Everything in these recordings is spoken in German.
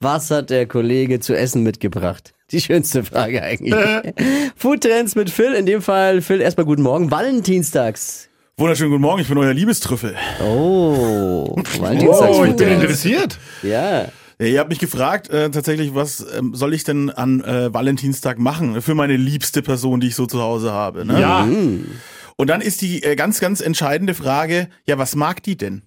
Was hat der Kollege zu essen mitgebracht? Die schönste Frage eigentlich. Food Trends mit Phil. In dem Fall, Phil, erstmal guten Morgen. Valentinstags. Wunderschönen guten Morgen, ich bin euer Liebestrüffel. Oh, Valentinstags. Oh, Food Trends. interessiert. Ja. Ja, Ihr habt mich gefragt, äh, tatsächlich, was ähm, soll ich denn an äh, Valentinstag machen für meine liebste Person, die ich so zu Hause habe. Ne? Ja. Mhm. Und dann ist die äh, ganz, ganz entscheidende Frage, ja, was mag die denn?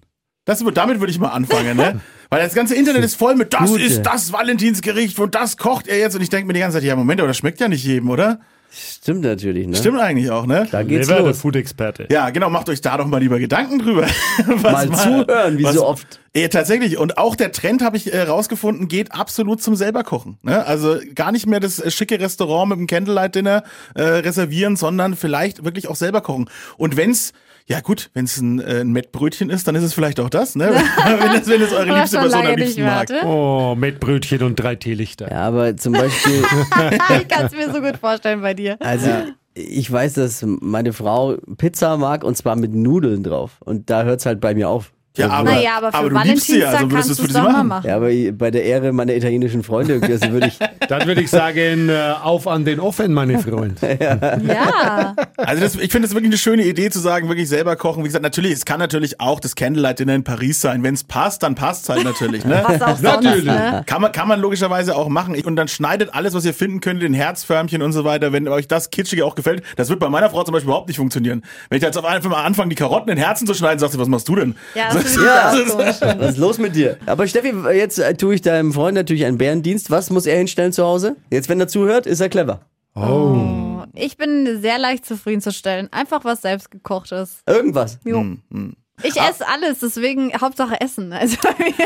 Das, wird- damit würde ich mal anfangen, ne? Weil das ganze Internet ist voll mit, das Gute. ist das Valentinsgericht und das kocht er jetzt. Und ich denke mir die ganze Zeit, ja, Moment, aber das schmeckt ja nicht jedem, oder? Stimmt natürlich, ne? Stimmt eigentlich auch, ne? Da geht's Lever, der los. Food-Experte. Ja, genau, macht euch da doch mal lieber Gedanken drüber. Was Mal zuhören, wie so oft. Ja, tatsächlich. Und auch der Trend, habe ich äh, rausgefunden, geht absolut zum selber kochen. Ne? Also gar nicht mehr das äh, schicke Restaurant mit dem Candlelight-Dinner äh, reservieren, sondern vielleicht wirklich auch selber kochen. Und wenn's ja gut, wenn's ein, äh, ein Mettbrötchen ist, dann ist es vielleicht auch das, ne? wenn, es, wenn es eure War liebste schon Person am lange nicht liebsten mehr, mag. hatte. Oh, mit Brötchen und drei Teelichter. Ja, aber zum Beispiel, Ich kann es mir so gut vorstellen bei dir. also ich weiß, dass meine Frau Pizza mag und zwar mit Nudeln drauf. Und da hört's halt bei mir auf. Ja, Also, aber, Naja, aber für aber du liebst Valentinstag sie ja, also würdest kannst du es für du's dich doch mal machen. machen. Ja, aber bei der Ehre meiner italienischen Freunde irgendwie, also würde ich. Dann würde ich sagen, äh, auf an den Offen, meine Freund. Ja. Also das, ich finde das wirklich eine schöne Idee zu sagen, wirklich selber kochen. Wie gesagt, natürlich, es kann natürlich auch das Candlelight Dinner in Paris sein. Wenn es passt, dann passt halt natürlich. Was Ne? auch sonst, Natürlich. ne? Kann man, kann man logischerweise auch machen. Ich- Und dann schneidet alles, was ihr finden könnt, den Herzförmchen und so weiter, wenn euch das Kitschige auch gefällt. Das wird bei meiner Frau zum Beispiel überhaupt nicht funktionieren. Wenn ich da jetzt auf einmal anfange, die Karotten in Herzen zu schneiden, sagt sie, was machst du denn? Ja, So- das ist ja. Was ist los mit dir? Aber Steffi, jetzt äh, tue ich deinem Freund natürlich einen Bärendienst. Was muss er hinstellen zu Hause? Jetzt, wenn er zuhört, ist er clever. Oh. Ich bin sehr leicht zufriedenzustellen. Einfach was selbst gekocht ist. Irgendwas. Mm, Jo. Ich Ah. esse alles, deswegen Hauptsache Essen. Also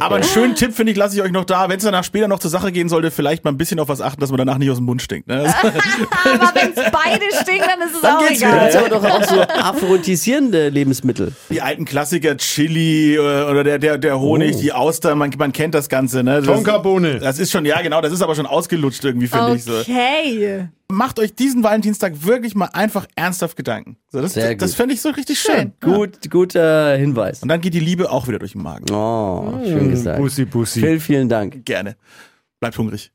Aber einen schönen Tipp, finde ich, lasse ich euch noch da. Wenn es danach später noch zur Sache gehen sollte, vielleicht mal ein bisschen auf was achten, dass man danach nicht aus dem Mund stinkt. Ne? Also- Aber wenn es beide stinkt, dann ist es Dann auch geht's wieder. egal. Jetzt haben wir doch auch so aphrodisierende Lebensmittel. Die alten Klassiker, Chili äh, oder der, der, der Oh. Honig, die Austern, man, man kennt das Ganze, ne? Das, Tonkabohne. Das ist schon, ja genau, das ist aber schon ausgelutscht irgendwie, finde ich so. Okay. Macht euch diesen Valentinstag wirklich mal einfach ernsthaft Gedanken. So, das Sehr das, das gut. fände ich so richtig schön. Gut, guter Hinweis. Und dann geht die Liebe auch wieder durch den Magen. Hm. Oh, schön gesagt. Bussi, Bussi. Phil, vielen Dank. Gerne. Bleibt hungrig.